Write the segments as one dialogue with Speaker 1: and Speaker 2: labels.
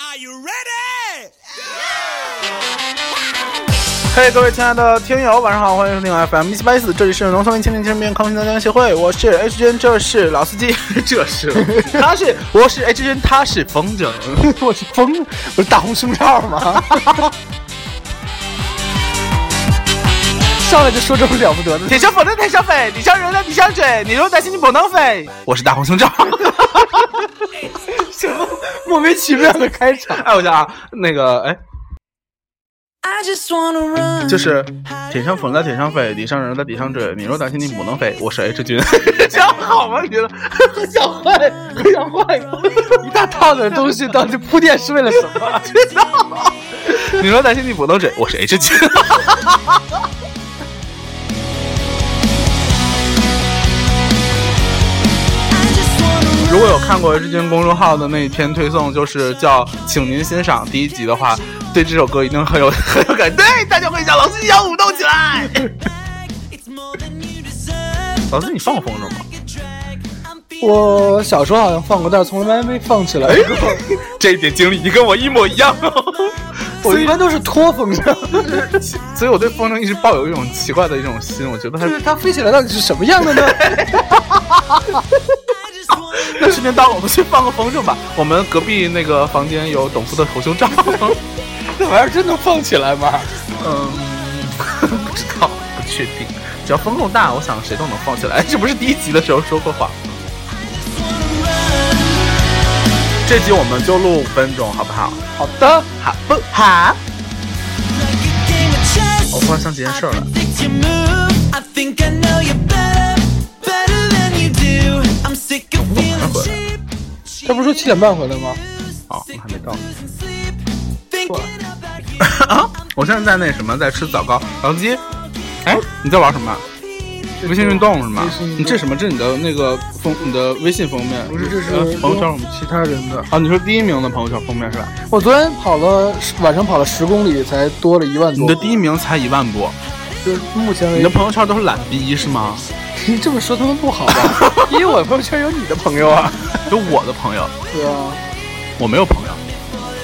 Speaker 1: Are you ready?
Speaker 2: 嘿各位亲爱的听友，晚上好，欢迎收听 FM 一七八一四，这里是农村青年青年康复交流协会，我是 H 君，这是老司机， 这是他是我是 H 君，他是风筝， 我是风，不是大红胸罩 吗？上来就说这么了不得的，铁像风筝，铁像飞，你像人呢，你像嘴，你若担心你不能飞。我是大红胸 罩，什么莫名其妙的开场？哎，我想啊，那个哎，
Speaker 1: I just wanna run.
Speaker 2: 就是铁上风在铁上飞，地上人在地上追。你若担心你不能飞，我是 H 君， 这样好吗？你觉得？很 想换，很想换，一大套的东西，到底铺垫是为了什 么？知道。你若担心你不能追，我是 H 君。
Speaker 1: I just wanna
Speaker 2: 如果有看过 H 君公众号的那一篇推送，就是叫“请您欣赏”第一集的话，对这首歌一定很有 很有感。对，大家会想，老师你要舞动起来。
Speaker 1: run. It's more than you deserve.
Speaker 2: 老师，你放过风筝吗？
Speaker 1: Like a drag, I'm feeling
Speaker 3: 我小时候好像放过，但是从来没放 起来过。
Speaker 2: 哎这一点经历你跟我一模一 样哦。
Speaker 3: 我一般都是拖风筝，
Speaker 2: 所以我对风筝一直抱有一种奇怪的一种心，我觉得它
Speaker 3: 就是它飞起来到底是什么样的 呢？
Speaker 1: I just wanna
Speaker 2: 那时间到，我们去放个风筝吧。我们隔壁那个房间有董夫的头胸罩，
Speaker 3: 这玩意儿真能放起来吗？
Speaker 2: 嗯， 不知道，不确定。只要风够大，我想谁都能放起来。 这不是第一集的时候说过话。这集我们就录五分钟，好不好？
Speaker 3: 好的，
Speaker 2: 好不好？
Speaker 1: like a game of chess.
Speaker 2: 我突然想起一件事儿
Speaker 1: I
Speaker 2: 来
Speaker 1: can，fix your move. I think I know you better, better than you do. I'm sick of feeling
Speaker 2: 回来。
Speaker 1: cheap.
Speaker 3: 他不是说七点半回来吗？
Speaker 2: 哦，我还没到。
Speaker 1: Losing sleep, thinking about you.
Speaker 2: 啊！我现在在那什么，在吃枣糕。老司机，哎，你在玩什么？微信运动是吗
Speaker 3: 微信运？动
Speaker 2: 你这什么？这是你的那个封，你的微信封面？
Speaker 3: 不是，这是
Speaker 2: 呃朋友圈吗
Speaker 3: 其他人的。
Speaker 2: 啊，你说第一名的朋友圈封面是吧？
Speaker 3: 我昨天跑了晚上跑了十公里，才多了一万
Speaker 2: 你
Speaker 3: 多。
Speaker 2: 的第一名才一万步，
Speaker 3: 就是目前
Speaker 2: 你
Speaker 3: 为
Speaker 2: 的
Speaker 3: 止，
Speaker 2: 朋友圈都是懒逼是 吗？
Speaker 3: 你这么说他们不好 吧？因为我朋友圈有你的朋友啊。
Speaker 2: 有我的朋友，
Speaker 3: 对啊，
Speaker 2: 我没有朋友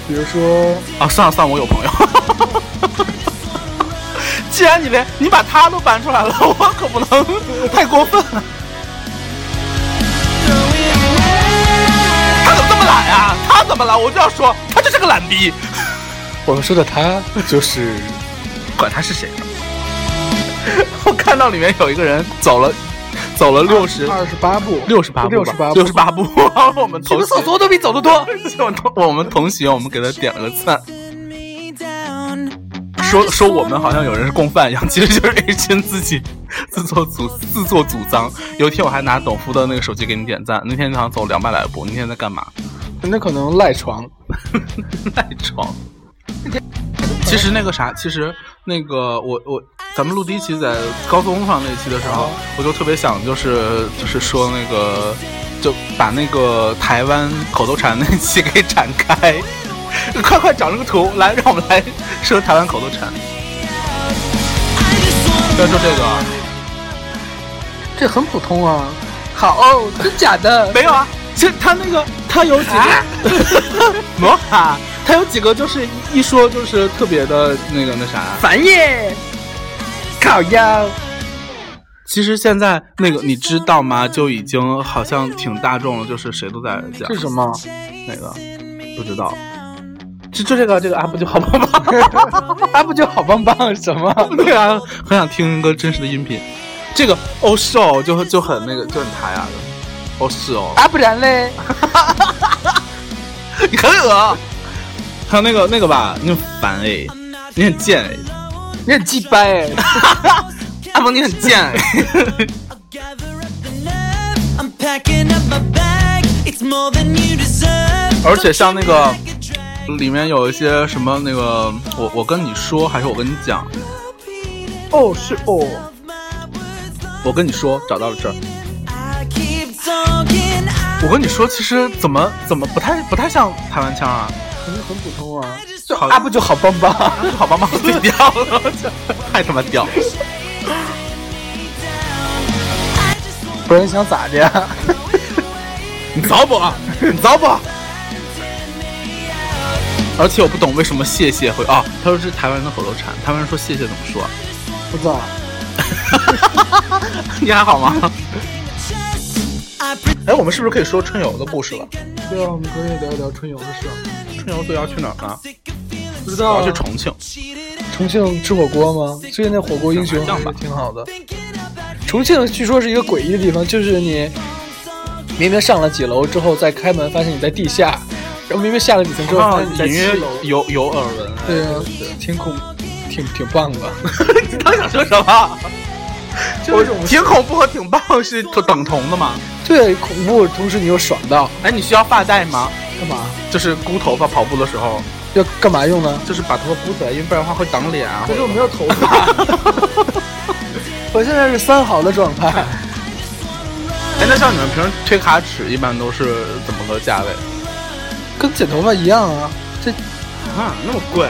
Speaker 3: 比如说
Speaker 2: 啊，算了算了，我有朋友。 既然你连你把他都搬出来了，我可不能太过分了。
Speaker 1: Throw it away.
Speaker 2: 他怎么这么懒啊？他怎么了？我就要说，他就是个懒逼。
Speaker 3: 我们说的他，就是
Speaker 2: 管他是谁 呢。我看到里面有一个人走了，走了六十
Speaker 3: 二十八步，
Speaker 2: 六十八步
Speaker 3: 六十
Speaker 2: 吧，
Speaker 3: 八
Speaker 2: 六十八步。然后我们同学，
Speaker 3: 所都比走的多。
Speaker 2: 我同我们同学，我们给他点了个赞，
Speaker 1: Me down. I
Speaker 2: 说
Speaker 1: just
Speaker 2: 说我
Speaker 1: wanna
Speaker 2: 们好像有人是共犯一样，其实就是 A 君自己自作主自作主张。有一天我还拿董夫的那个手机给你点赞，那天你好像走两百来步，你那天在干嘛？
Speaker 3: 那可能赖床。
Speaker 2: 赖床。其实那个啥，其实那个我我咱们录第一期在高速公路上那一期的时候，我就特别想就是就是说那个就把那个台湾口头禅那期给展开， 快快找那个图来，让我们来说台湾口头禅。
Speaker 1: I just wanna
Speaker 2: 要说这个啊
Speaker 3: 这很普通啊。好、哦，真假的？
Speaker 2: 没有啊？其实他那个他有几 个摩卡，他有几个就是一一说就是特别的那个那啥。
Speaker 3: 烦耶！烤鸭，
Speaker 2: 其实现在那个你知道吗？就已经好像挺大众了，就是谁都在讲
Speaker 3: 这是什么？
Speaker 2: 哪个不知道。就就这个这个 UP 就好棒棒，
Speaker 3: 啊，不就好棒棒什么？
Speaker 2: 对啊，很想听一个真实的音频。这个哦是哦，就就很那个就很台啊哦是哦，
Speaker 3: 啊，不然嘞？
Speaker 2: 你 很恶。啊还有那个那个吧，你很烦哎，你很贱哎，
Speaker 3: 你很鸡掰哎！
Speaker 2: 阿蒙你很贱哎。
Speaker 1: gather up the nerve. I'm packing up my bag. It's more than you deserve.
Speaker 2: 而且像那个
Speaker 1: Oh, Like uh, a drag,
Speaker 2: 里面有一些什么那个，我我跟你说还是我跟你讲，
Speaker 1: Mm.
Speaker 3: 哦，是哦，
Speaker 1: Oh. my words long.
Speaker 2: 我跟你说找到了这儿。
Speaker 1: I keep talking. I
Speaker 2: 我跟你说，其实怎么怎么不太不太像台湾腔啊，
Speaker 3: 可能很普通啊。
Speaker 1: just
Speaker 2: 就
Speaker 3: 啊，不就好棒棒？
Speaker 2: 好棒棒对掉了， 太他妈屌了！
Speaker 1: I just wanna
Speaker 3: 不然想咋的呀？
Speaker 2: 你找我，你找我，
Speaker 1: turn me out.
Speaker 2: 而且我不懂为什么谢谢会哦，他说这是台湾人的口头禅，台湾人说谢谢怎么说啊？
Speaker 3: 不知道。
Speaker 2: 你还好吗？
Speaker 1: I pretend
Speaker 2: 哎，我们是不是可以说春游的故事了？
Speaker 3: 对啊，我们可以聊一聊春游的事。啊
Speaker 2: 春游最要去哪儿呢？
Speaker 3: 不知
Speaker 2: 我
Speaker 3: 道啊
Speaker 2: 要去重庆。
Speaker 3: 重庆吃火锅吗？最近那火锅英雄还是挺好的。重庆据说是一个诡异的地方，就是你明明上了几楼之后，再开门发现你在地下，然后明明下了几层之后，发
Speaker 2: 啊
Speaker 3: 现你，在
Speaker 2: 隐
Speaker 3: 七
Speaker 2: 约
Speaker 3: 楼。
Speaker 2: 有有耳闻。
Speaker 3: 对啊，挺恐，挺挺棒的。
Speaker 2: 你刚想说什么？
Speaker 3: 就是这种
Speaker 2: 挺恐怖和挺棒是等同的吗？
Speaker 3: 对，恐怖，同时你又爽到，
Speaker 2: 哎，你需要发带吗？
Speaker 3: 干嘛？
Speaker 2: 就是箍头发跑步的时候，
Speaker 3: 要干嘛用呢？
Speaker 2: 就是把头发箍起来，因为不然的话会挡脸啊。
Speaker 3: 可是我没有头发， 我现在是三好的状态。
Speaker 2: 哎，那像你们平时推卡尺一般都是怎么个价位？
Speaker 3: 跟剪头发一样啊。这
Speaker 2: 啊，那么贵，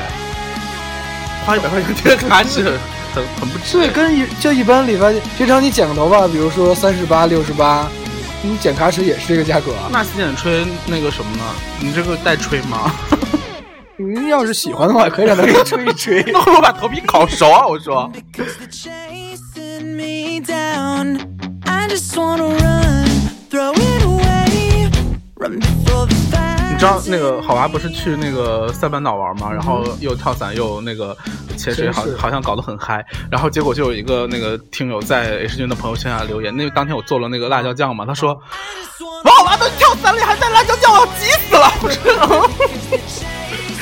Speaker 2: 花一百块钱推卡尺很很不值。
Speaker 3: 对，跟一就一般理发店，平常你剪个头发，比如说三十八、六十八，你剪卡尺也是这个价格啊。
Speaker 2: 那洗剪吹那个什么呢？你这个带吹 吗？
Speaker 3: 你要是喜欢的话，可以让他给你吹一吹。
Speaker 2: 那会不会把头皮烤熟啊？我说，
Speaker 1: because they're chasing me down. I just wanna run, throw it away, run before the
Speaker 2: 你知道
Speaker 1: fast
Speaker 2: 那个好娃不是去那个塞班岛玩吗？然后又跳伞又那个嗯潜水，
Speaker 3: 真
Speaker 2: 好
Speaker 3: 是
Speaker 2: 好像搞得很嗨。然后结果就有一个那个听友在 H 君的朋友圈下留言，那当天我做了那个辣椒酱嘛，他说
Speaker 1: just wanna
Speaker 2: 王好娃都跳伞了，还在辣椒酱，我急死了！ 我说 嗯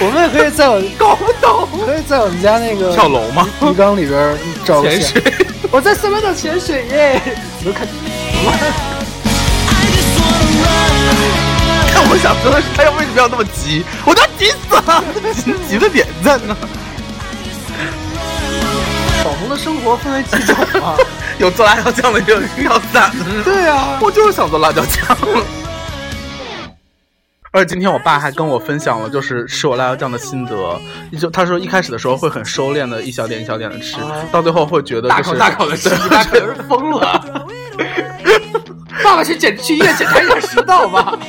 Speaker 3: 我们也可以在我
Speaker 2: 搞不懂，
Speaker 3: 可以在我们家那个
Speaker 2: 跳楼吗？
Speaker 3: 鱼缸里边找个
Speaker 2: 潜 水。
Speaker 3: 我在三班岛潜水耶！你都看，
Speaker 1: I just wanna run.
Speaker 2: 但我想说的是，他要为什么要那么急？我都急死了， 急的点在哪？
Speaker 3: 网红的生活分为几种啊？
Speaker 2: 有做辣椒酱的，也有跳伞 的。
Speaker 3: 对啊，
Speaker 2: 我就是想做辣椒酱。 而且今天我爸还跟我分享了，就是吃我辣椒酱的心得。就他说一开始的时候会很收敛的，一小点一小点的吃，到最后会觉得、
Speaker 3: 的
Speaker 2: 就是、
Speaker 3: 吃，哦大口是疯了。爸爸去检去医院检查一下食道吧。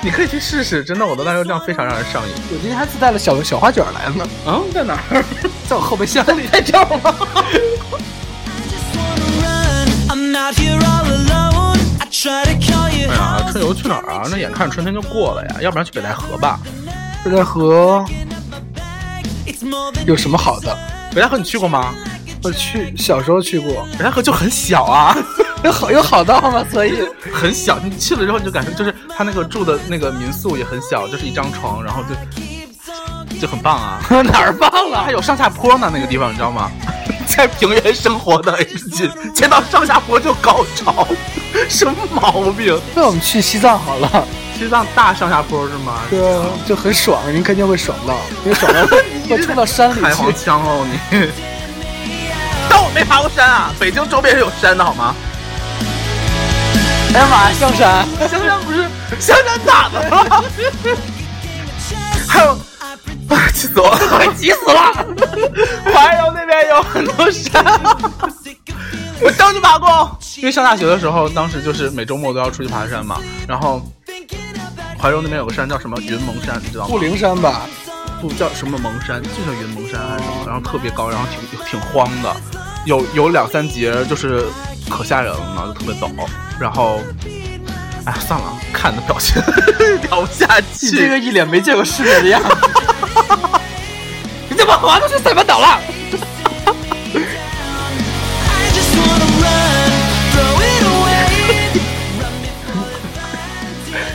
Speaker 2: 你可以去试试，真的，我的辣椒酱非常让人上瘾。
Speaker 3: 我今天还自带了小小花卷来呢，
Speaker 2: 嗯，在哪儿？哎
Speaker 3: 在我后备箱 里，在这儿吗？
Speaker 1: I just wanna run. I'm out here all alone. I try to call you
Speaker 2: 哎呀，春
Speaker 1: out.
Speaker 2: 游去哪儿啊？那眼看春天就过了呀，要不然去北戴河吧。
Speaker 3: 这在河
Speaker 1: It's more than
Speaker 3: 有什么好的？
Speaker 2: 北戴河你去过吗？
Speaker 3: 我去小时候去过，
Speaker 2: 北戴河就很小啊。
Speaker 3: 有好有好到吗？所以
Speaker 2: 很小，你去了之后你就感觉就是他那个住的那个民宿也很小，就是一张床，然后就就很棒 啊。
Speaker 3: 哪儿忘
Speaker 2: 还
Speaker 3: 了？
Speaker 2: 有上下坡呢，那个地方你知道吗？ 在平原生活的 H 君，见到上下坡就高潮，什么毛病？
Speaker 3: 那我们去西藏好了，
Speaker 2: 西藏大上下坡是吗？
Speaker 3: 对啊，就很爽，您肯定会爽到，因为爽到 会冲到山里
Speaker 2: 开黄
Speaker 3: 去。
Speaker 2: 腔哦你！ 但我没爬过山啊，北京周边是有山的好 吗？
Speaker 3: 哎呀妈，象山，
Speaker 2: 香山不是香山咋的了？ 还有，啊，气死我了，急死了！怀柔那边有很多山，我都去爬过。因为上大学的时候，当时就是每周末都要出去爬山嘛，然后。怀柔那边有个山叫什么云蒙山，你知道吗
Speaker 3: 布？灵山吧，
Speaker 2: 不叫什么蒙山，就叫云蒙山还是什么？然后特别高，然后挺挺荒的，有有两三节就是可吓人了，就特别陡。然后， 哎，算了，看你的 表情聊不下去。
Speaker 3: 一脸没见过世面的样子。你怎么滑到去塞班岛了？
Speaker 1: I just wanna run, throw it away.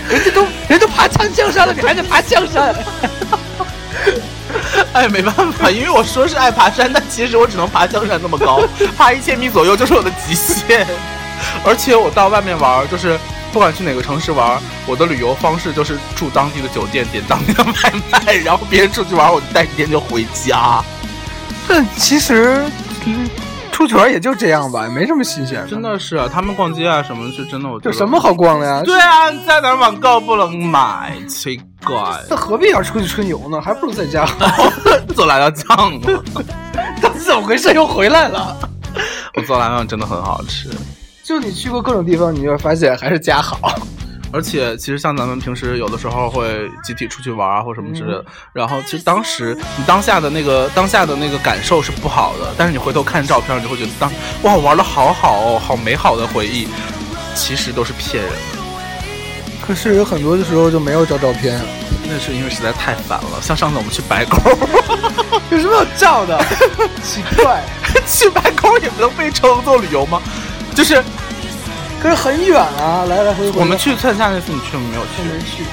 Speaker 3: 人家都人都爬苍象山了，你还得爬象山？
Speaker 2: 哎，没办法，因为我说是爱爬山，但其实我只能爬香山那么高，爬一千米左右就是我的极限。 而且我到外面玩儿，就是不管去哪个城市玩儿，我的旅游方式就是住当地的酒店，点当地的外卖，然后别人出去玩儿，我就带一天就回家。
Speaker 3: 但其实嗯出去玩也就这样吧，没什么新鲜。
Speaker 2: 真，的是、他们逛街啊什么，就真的我觉
Speaker 3: 有
Speaker 2: 得
Speaker 3: 什么？好逛的呀？
Speaker 2: 对啊，你在哪儿网购不能买？奇怪，
Speaker 3: 那何必要出去春游呢？还不如在家。
Speaker 2: 做辣椒酱吧，
Speaker 3: 到底 怎么回事？又回来了。
Speaker 2: 我做辣椒酱真的很好吃。
Speaker 3: 就你去过各种地方，你就会发现还是家好。
Speaker 2: 而且其实像咱们平时有的时候会集体出去玩啊或什么之类的，然后其实当时你当下的那个当下的那个感受是不好的，但是你回头看照片，你就会觉得当哇玩的好好哦，好美好的回忆，其实都是骗人的。
Speaker 3: 可是有很多的时候就没有找照片，
Speaker 2: 那是因为实在太烦了，像上次我们去白沟，
Speaker 3: 有什么好照 的？奇怪，
Speaker 2: 去白沟也能被称作旅游吗？就是
Speaker 3: 可是很远啊，来来回回。
Speaker 2: 我们 去线下那次，你去了没有
Speaker 3: 我
Speaker 2: 去？
Speaker 3: 没去，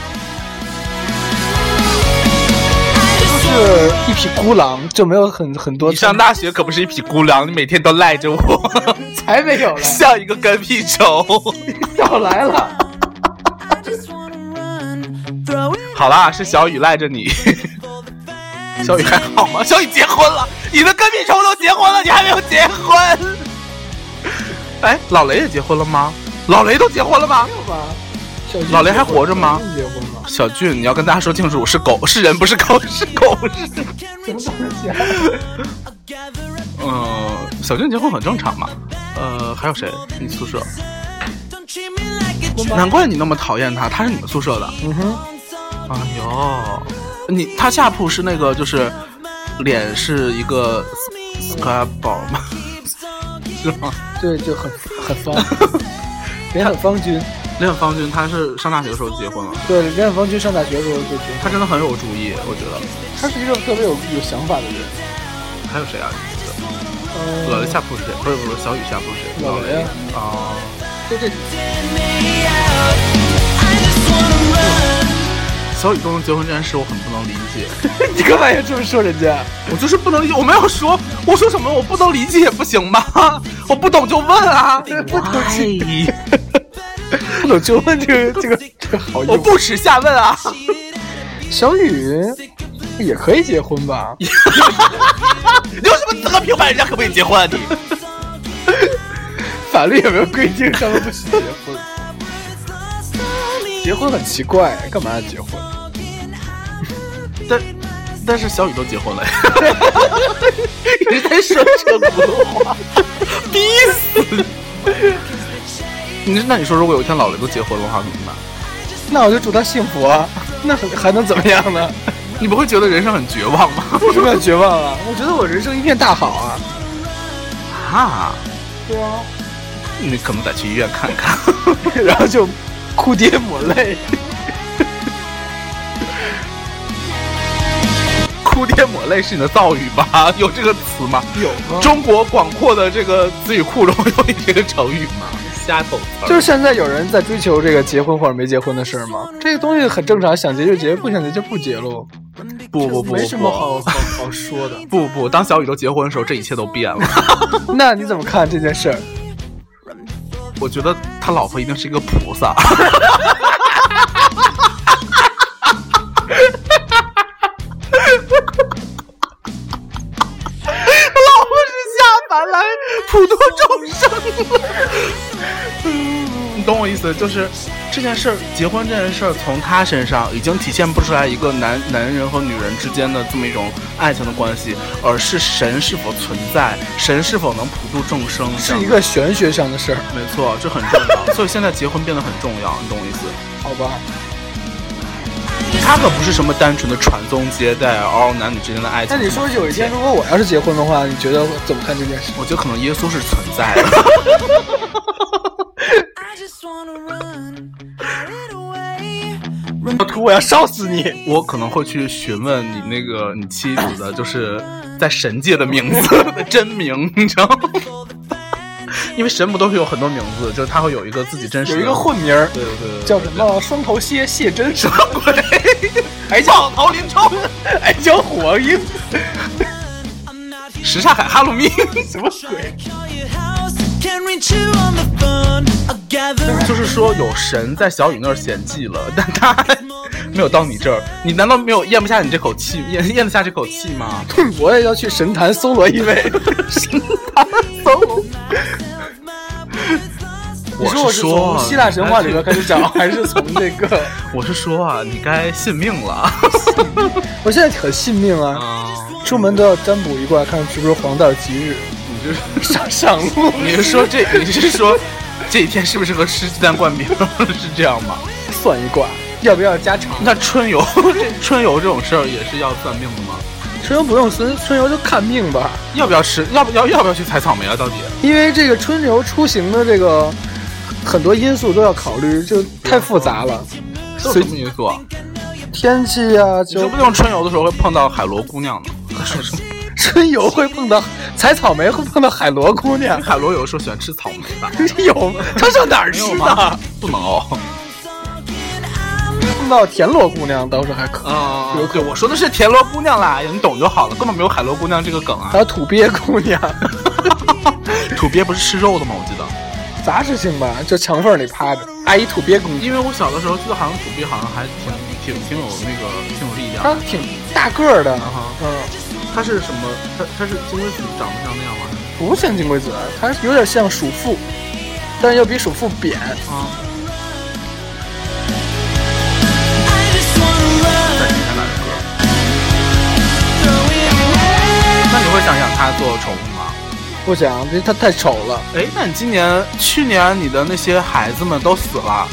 Speaker 3: 就是一匹孤狼，就没有很很多。
Speaker 2: 你 上大学可不是一匹孤狼，你每天都赖着我，
Speaker 3: 才哎没有嘞，
Speaker 2: 像一个跟屁虫。
Speaker 3: 要来了。
Speaker 1: I just wanna run, throw it
Speaker 2: 好啦，是小雨赖着你。
Speaker 1: for the fans.
Speaker 2: 小雨还好吗？小雨结婚了，你的跟屁虫都结婚了，你还没有结婚？ 哎，老雷也结婚了吗？老雷都结婚了吗？
Speaker 3: 小俊
Speaker 2: 老雷还活着吗
Speaker 3: 小俊结婚了，
Speaker 2: 小俊，你要跟大家说清楚，是狗是人，不是狗是 狗是。
Speaker 1: Can
Speaker 3: 怎
Speaker 1: we
Speaker 3: 么怎么讲？
Speaker 1: gather up?
Speaker 2: 嗯、小俊结婚很正常嘛。呃，还有谁？你宿舍？
Speaker 1: Don't treat me like a
Speaker 2: 难怪你那么讨厌他，他是你们宿舍的。
Speaker 3: 嗯哼，
Speaker 1: drunk
Speaker 2: 哎呦，你他下铺是那个就是脸是一个 scar 宝吗？ 是吗？
Speaker 3: 对，就很很 方，脸很方军。
Speaker 2: 练方军他是上大学的时候结婚了，
Speaker 3: 对，脸很方军上大学的时候就觉得
Speaker 2: 他真的很有主意，我觉得。
Speaker 3: 他是一个特别有有想法的人。
Speaker 2: 还有谁啊？
Speaker 3: 呃，
Speaker 2: 老雷下铺是谁？不是不是，小雨下铺是谁？
Speaker 3: 老雷啊
Speaker 2: 哦，
Speaker 3: 就这
Speaker 1: me out. I just wanna run.
Speaker 2: 小雨都能结婚这件事，我很不能理 解。
Speaker 3: 你干嘛要这么说人 家？
Speaker 2: 我就是不能理解，我没有说，我说什么我不能理解也不行吗？ 我不懂就问啊，
Speaker 3: 不懂
Speaker 2: 哎
Speaker 3: 不懂就问这个这个这个好
Speaker 2: 我
Speaker 3: 用。
Speaker 2: 不耻下问啊。
Speaker 3: 小雨也可以结婚吧？
Speaker 2: 你有什么资格评判人家可不可以结婚啊你？
Speaker 3: 法律有没有规定他们不许结婚？结婚很奇怪，干嘛要结婚？
Speaker 2: 但但是小雨都结婚了， 你在说这种话，逼死 你！你那你说，如果有一天老雷都结婚的话，怎么办？
Speaker 3: 那我就祝他幸福啊！ 那还能怎么样 呢？
Speaker 2: 你不会觉得人生很绝望吗？
Speaker 3: 为什么要绝望啊？我觉得我人生一片大好啊！
Speaker 2: 啊，
Speaker 3: 对 啊，
Speaker 2: 你可能得去医院看看。
Speaker 3: 然后就哭爹抹泪。
Speaker 2: 哭爹抹泪是你的造语吧？有这个词吗？
Speaker 3: 有 吗
Speaker 2: 中国广阔的这个词语库中有你这个成语吗？瞎抖词儿
Speaker 3: 就是现在有人在追求这个结婚或者没结婚的事儿吗？这个东西很正常，想结就结，不想结就不结喽，
Speaker 2: 不不不
Speaker 3: 没什么
Speaker 2: 不。
Speaker 3: 好好好说的
Speaker 2: 不不，当小雨都结婚的时候，这一切都变了。
Speaker 3: 那你怎么看这件 事儿？
Speaker 2: 我觉得他老婆一定是一个菩萨。老婆是下凡来普度众生的。嗯， 你懂我意思，就是这件事儿，结婚这件事儿，从他身上已经体现不出来一个男男人和女人之间的这么一种爱情的关系，而是神是否存在，神是否能普度众生，这
Speaker 3: 是
Speaker 2: 样
Speaker 3: 一个玄学上的事儿，
Speaker 2: 没错，这很重 要。所以现在结婚变得很重要，你懂我意思？
Speaker 3: 好吧？
Speaker 2: 他可不是什么单纯的传宗接代哦，男女之间的爱情。
Speaker 3: 那你说有一天如果我要是结婚的话，你觉得我怎么看这件事？
Speaker 2: 我觉得可能耶稣是存在的。
Speaker 1: I just wanna run, throw it away.
Speaker 3: 图 我要烧死你！
Speaker 2: 我可能会去询问你那个你妻子的，就是在神界的名字 真名，你知道吗？ 因为神不都是有很多名字，就是他会有一个自己真实
Speaker 3: 有
Speaker 2: 的
Speaker 3: 一个混名儿
Speaker 2: 对对对对，
Speaker 3: 叫什么？双头蝎谢真什么鬼？哎
Speaker 2: 矮脚头林冲、
Speaker 3: 矮脚虎王英，
Speaker 2: 什刹海哈 鲁密。
Speaker 3: 什么鬼？
Speaker 1: Call your house, can reach you on the phone. I'll gather
Speaker 2: 就是说有神在小雨那儿显迹了，但他没有到你这儿。你难道没有咽不下你这口气，咽咽得下这口气吗？
Speaker 3: 我也要去神坛搜罗一位。神坛搜罗，你说我
Speaker 2: 是
Speaker 3: 是从
Speaker 2: 说，
Speaker 3: 希腊神话里面开始讲，还是从那个？
Speaker 2: 我是说啊，你该信命了。
Speaker 3: 我现在很信命啊，
Speaker 2: 啊，
Speaker 3: 出门都要占卜一卦，看是不是黄道吉日。
Speaker 2: 你就是
Speaker 3: 上 上路，
Speaker 2: 你是说这你是说这一天是不是和吃鸡蛋灌饼是这样吗？
Speaker 3: 算一卦，要不要加长？
Speaker 2: 那春游这春游这种事儿也是要算命的吗？
Speaker 3: 春游不用春春游就看命吧，
Speaker 2: 要不要吃？要不要要不要去采草莓啊？到底？
Speaker 3: 因为这个春游出行的这个很多因素都要考虑，就太复杂了，
Speaker 2: 都是什么因素啊？
Speaker 3: 天气啊，
Speaker 2: 你说
Speaker 3: 就
Speaker 2: 不定春游的时候会碰到海螺姑娘呢。是是，
Speaker 3: 春游会碰到采草莓会碰到海螺姑娘
Speaker 2: 海螺有的时候喜欢吃草莓吧？
Speaker 3: 有她上哪儿
Speaker 2: 没
Speaker 3: 吃
Speaker 2: 有
Speaker 3: 的
Speaker 2: 吗？？ 不能哦。
Speaker 3: 碰到田螺姑娘倒是还可以，
Speaker 2: 啊，对，我说的是田螺姑娘啦，你懂就好了，根本没有海螺姑娘这个梗啊
Speaker 3: 还。有土鳖姑娘，
Speaker 2: 土鳖不是吃肉的吗？我记得，
Speaker 3: 杂食性吧，就墙缝里趴着，阿姨土鳖姑娘，
Speaker 2: 因为我小的时候记得好像土鳖好像还挺挺挺有那个挺有力量
Speaker 3: 她
Speaker 2: 的。
Speaker 3: 挺大个儿的，
Speaker 2: 啊哈，
Speaker 3: 嗯，
Speaker 2: 它是什么？它它是金龟子长得像那样吗？
Speaker 3: 不像金龟子，它有点像鼠妇，但是又比鼠妇扁。
Speaker 2: 啊，
Speaker 1: I just wanna run,
Speaker 2: 在你看哪个歌？
Speaker 1: throw it away.
Speaker 2: 那你会想养它做宠物吗？
Speaker 3: 不想，这它太丑了。
Speaker 2: 哎，那你今年、去年你的那些孩子们都死了，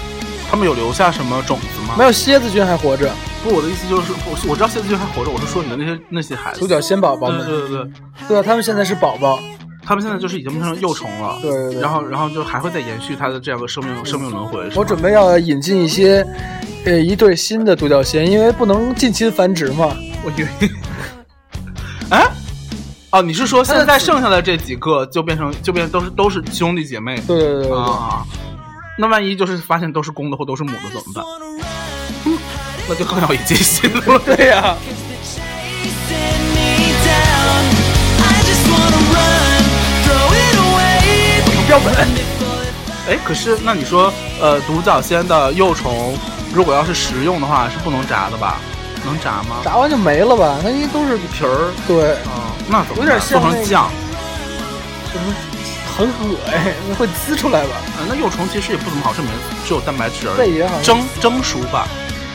Speaker 2: 他们有留下什么种子吗？
Speaker 3: 没有蝎子君还活着，
Speaker 2: 不，我的意思就是，我我知道谢子君还活着，我是说你的那些那些孩子。
Speaker 3: 独角仙宝宝
Speaker 2: 呃对
Speaker 3: 们，
Speaker 2: 对对对，
Speaker 3: 对啊，他们现在是宝宝，
Speaker 2: 他们现在就是已经变成幼虫了。
Speaker 3: 对对对
Speaker 2: 然后，然后就还会再延续它的这样的生命生命轮回。是
Speaker 3: 我
Speaker 2: 吗
Speaker 3: 准备要引进一些，呃，一对新的独角仙，因为不能近亲繁殖嘛。
Speaker 2: 我以 为，哎，哦，你是说现在剩下的这几个就变成就变都是都是兄弟姐妹
Speaker 3: 对对对对对，
Speaker 2: 啊？那万一就是发现都是公的或都是母的怎么办？那就更要以戒心了。
Speaker 3: 对呀、
Speaker 1: Chasing me down. I just wanna run, throw it away.
Speaker 3: 标本。
Speaker 2: 哎，可是那你说，呃，独角仙的幼虫如果要是食用的话，是不能炸的吧？能炸吗？
Speaker 3: 炸完就没了吧？它因为都是
Speaker 2: 皮儿
Speaker 3: 对，
Speaker 2: 啊，那怎么办
Speaker 3: 有点像
Speaker 2: 做
Speaker 3: 那
Speaker 2: 成
Speaker 3: 个
Speaker 2: 酱？
Speaker 3: 什么很恶心，会滋出来吧？
Speaker 2: 啊，那幼虫其实也不怎么好吃，里面只有蛋白质而
Speaker 3: 贝
Speaker 2: 已。
Speaker 3: 爷好像
Speaker 2: 蒸蒸熟吧，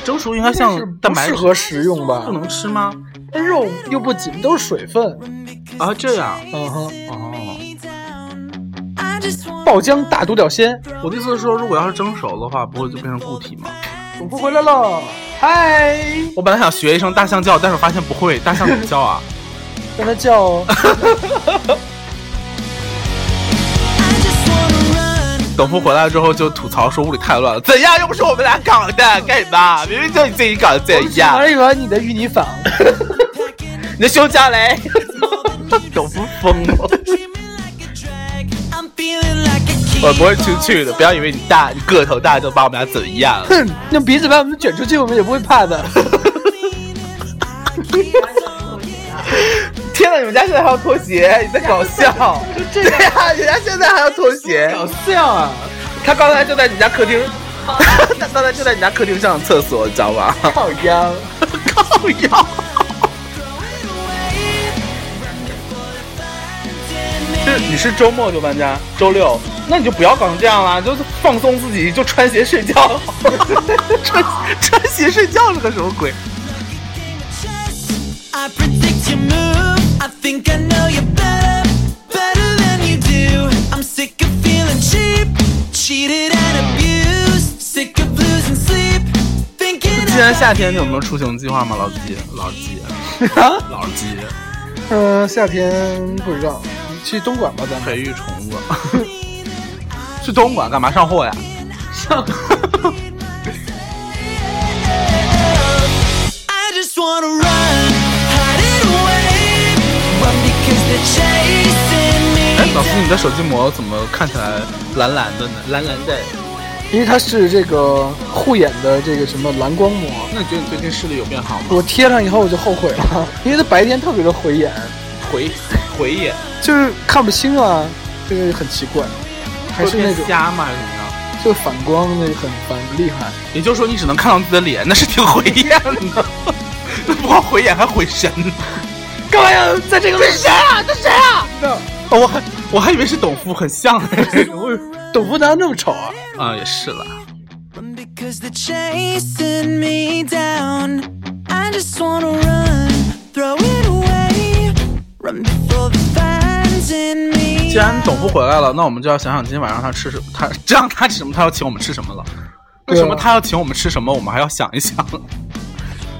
Speaker 2: 蒸熟应该像
Speaker 3: 是不
Speaker 2: 蛋白
Speaker 3: 适
Speaker 2: 质，
Speaker 3: 合食用吧
Speaker 2: 不？能吃吗？
Speaker 3: 那肉又不紧，都是水分。
Speaker 2: 啊，这样
Speaker 3: 嗯哼，
Speaker 2: 哦。
Speaker 1: I just wanna
Speaker 3: 爆浆大独角仙，
Speaker 2: 我的意思是说，如果要是蒸熟的话，不会就变成固体吗？
Speaker 3: 主播回来了，嗨！
Speaker 2: 我本来想学一声大象叫，但是我发现不会，大象怎么叫啊？
Speaker 3: 让它叫
Speaker 1: I just wanna run.
Speaker 2: 等夫回来之后就吐槽说屋里太乱了，怎样？又不是我们俩搞的，干什么？明明就你自己搞的这样
Speaker 3: 玩。一玩你的芋泥坊，
Speaker 2: 你的胸罩嘞？ 等夫疯了，
Speaker 1: Dreaming like a drag. I'm feeling like a kid.
Speaker 2: 我不会出去的，不要以为你大，你个头大就把我们俩怎样。
Speaker 3: 哼，用鼻子把我们卷出去，我们也不会怕的。
Speaker 2: 天呐，你们家现在还要拖鞋？你在搞笑？ 对呀、人家现在还要拖鞋
Speaker 3: 搞笑啊！
Speaker 2: 他刚才就在你家客厅， 他刚才就在你家客厅上厕所，你知道 吗？
Speaker 3: 烤鸭，
Speaker 2: 靠腰，就是你是周末就搬家，周六，那你就不要搞成这样啦，就是放松自己，就穿鞋睡觉。 穿穿鞋睡觉是个什么鬼？
Speaker 1: I predict your move. I think I know you better, better than you do. I'm sick of feeling cheap, cheated and abused. Sick of losing sleep, thinking.
Speaker 2: 今年夏天你有没有出行计划吗？老季，老季，老季，
Speaker 3: 嗯、夏天不知道，去东莞吧，咱们
Speaker 2: 培育宠 物。去东莞干嘛上货呀？
Speaker 1: I just wanna run, hide it away. Run because they're chasing me.
Speaker 2: 哎，老师，你的手机膜怎么看起来蓝蓝的呢？蓝蓝的。
Speaker 3: 因为它是这个护眼的这个什么蓝光膜，
Speaker 2: 那你觉得你最近视力有变好吗？
Speaker 3: 我贴上以后我就后悔了，因为它白天特别的毁眼，
Speaker 2: 回回眼
Speaker 3: 就是看不清啊，这个很奇怪，还
Speaker 2: 会
Speaker 3: 是那
Speaker 2: 变
Speaker 3: 种
Speaker 2: 瞎吗？还是怎么样？
Speaker 3: 就反光那个很反厉害。
Speaker 2: 也就是说，你只能看到自己的脸，那是挺回眼的。 那不光回眼，还回神。
Speaker 3: 干嘛要在这个位置？谁啊？这谁啊？
Speaker 2: 哦我还我还以为是董夫，很像。 我
Speaker 3: 董福南那么丑啊？
Speaker 2: 啊，也是啦。
Speaker 1: Run because they're chasing me down. I just wanna run, throw it away. Run before the fans in me.
Speaker 2: 既然董夫回来了，那我们就要想想今天晚上他吃什么，他这让他吃什么，他要请我们吃什么了。为
Speaker 3: 啊
Speaker 2: 什么他要请我们吃什么，我们还要想一想？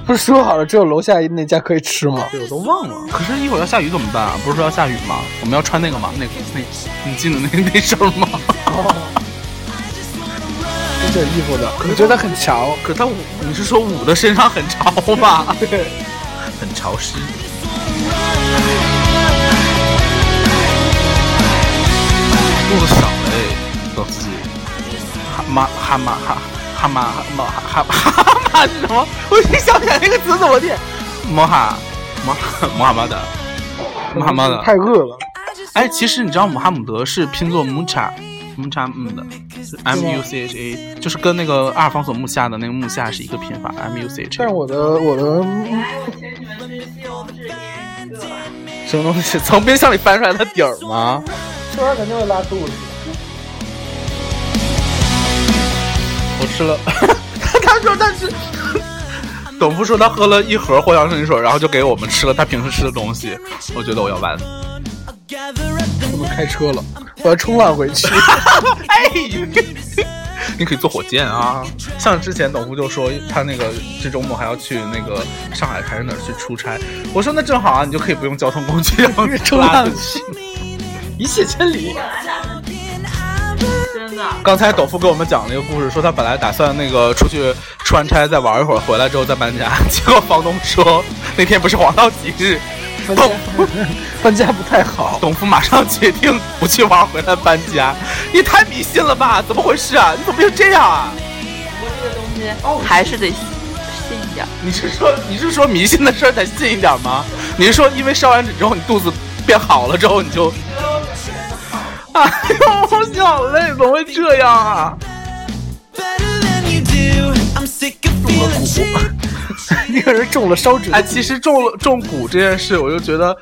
Speaker 3: 不是说好了只有楼下那家可以吃吗？
Speaker 2: 对，我都忘了。可是，一会儿要下雨怎么办啊？不是说要下雨吗？我们要穿那个吗？那个那，你记得那那事儿吗？
Speaker 3: 这件衣服的，我觉得很 潮。
Speaker 2: 可他，你是说捂的身上很潮吧？
Speaker 3: 对，
Speaker 2: 很潮湿。肚子小了哎，老自己哈妈哈妈哈哈妈哈妈哈哈哈妈是什么？我一想起来那个词怎么念？摩哈摩哈摩哈马德，摩哈马德。
Speaker 3: 太饿了。
Speaker 2: 哎，其实你知道姆哈姆德是拼作穆查穆查姆嗯的，M U C H A，就是跟那个阿尔方索木下的那个木下是一个拼法，M U C H
Speaker 3: 但
Speaker 2: A
Speaker 3: 是。我的我的
Speaker 2: 什么东西从冰箱里翻出来的底儿吗？
Speaker 3: 吃完肯定会拉肚子。
Speaker 2: 我吃了。 他说他吃。董夫说他喝了一盒藿香正气水，然后就给我们吃了他平时吃的东西。我觉得我要完。
Speaker 3: 我们开车了，我要冲浪回 去。
Speaker 2: 哎， 你可以坐火箭啊！像之前董夫就说他那个这周末还要去那个上海还是哪儿去出差，我说那正好啊，你就可以不用交通工具，然后
Speaker 3: 冲
Speaker 2: 拉
Speaker 3: 浪
Speaker 2: 着
Speaker 3: 去，
Speaker 2: 啊
Speaker 3: 一泻千里。
Speaker 4: 真的，
Speaker 2: 刚才董夫给我们讲了一个故事，说他本来打算那个出去出完差再玩一会儿，回来之后再搬家，结果房东说那天不是黄道吉日，
Speaker 3: 搬家，搬家不太 好。
Speaker 2: 董夫马上决定不去玩，回来搬家。 你太迷信了吧？怎么回事啊？你怎么就这样啊？
Speaker 4: 我这个东西还是得信一点。
Speaker 2: 你是说你是说迷信的事儿得信一点吗？你是说因为烧完纸之后你肚子变好了之后你就？哎呦，我想累，怎么会这样啊？
Speaker 1: Better than you do. I'm sick of feeling cheap.
Speaker 3: 那个人中了烧纸的
Speaker 2: 哎，其实中了中蛊这件事，我就觉得，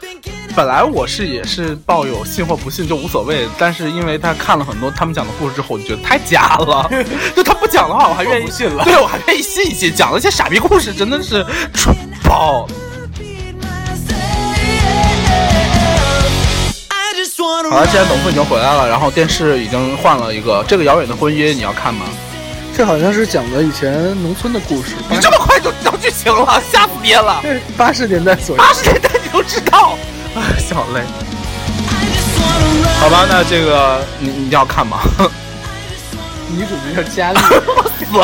Speaker 2: 本来我是也是抱有信或不信就无所谓，但是因为他看了很多他们讲的故事之后，我就觉得太假 了。就他不讲的话，我还愿意信了。对，我还愿意信一信。讲了一些傻逼故事，真的是蠢爆。
Speaker 1: I just wanna
Speaker 2: 好了，既然
Speaker 1: run.
Speaker 2: 董父已经回来了，然后电视已经换了一个，这个遥远的婚约你要看吗？
Speaker 3: 这好像是讲的以前农村的故事，
Speaker 2: 你这么快就知道剧情了， 吓死爹了！
Speaker 3: 八十年代左右。
Speaker 2: 八十年代你都知道，啊， 小累。
Speaker 1: I just wanna run.
Speaker 2: 好吧，那这个你你要看吗？
Speaker 3: 女主角叫佳丽，
Speaker 2: 我死了。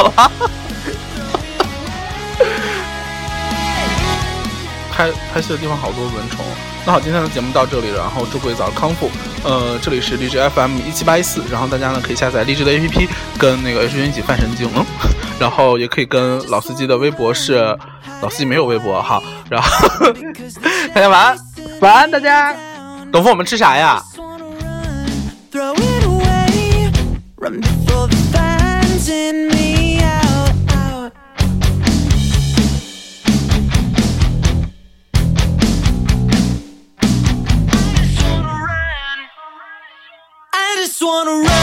Speaker 2: 拍拍戏的地方好多蚊虫。那好，今天的节目到这里了，然后祝各位早日康复。呃，这里是荔枝 FM 一七八一四，然后大家呢可以下载荔枝的 APP，跟那个 H 君一起犯神经，嗯， 然后也可以跟老司机的微博是老司机没有微博哈，然后 大家晚安，
Speaker 3: 晚安大家。
Speaker 2: 董峰我们吃啥呀？
Speaker 1: just wanna run, throw it away, run before the fans in me out, out. I just wanna run.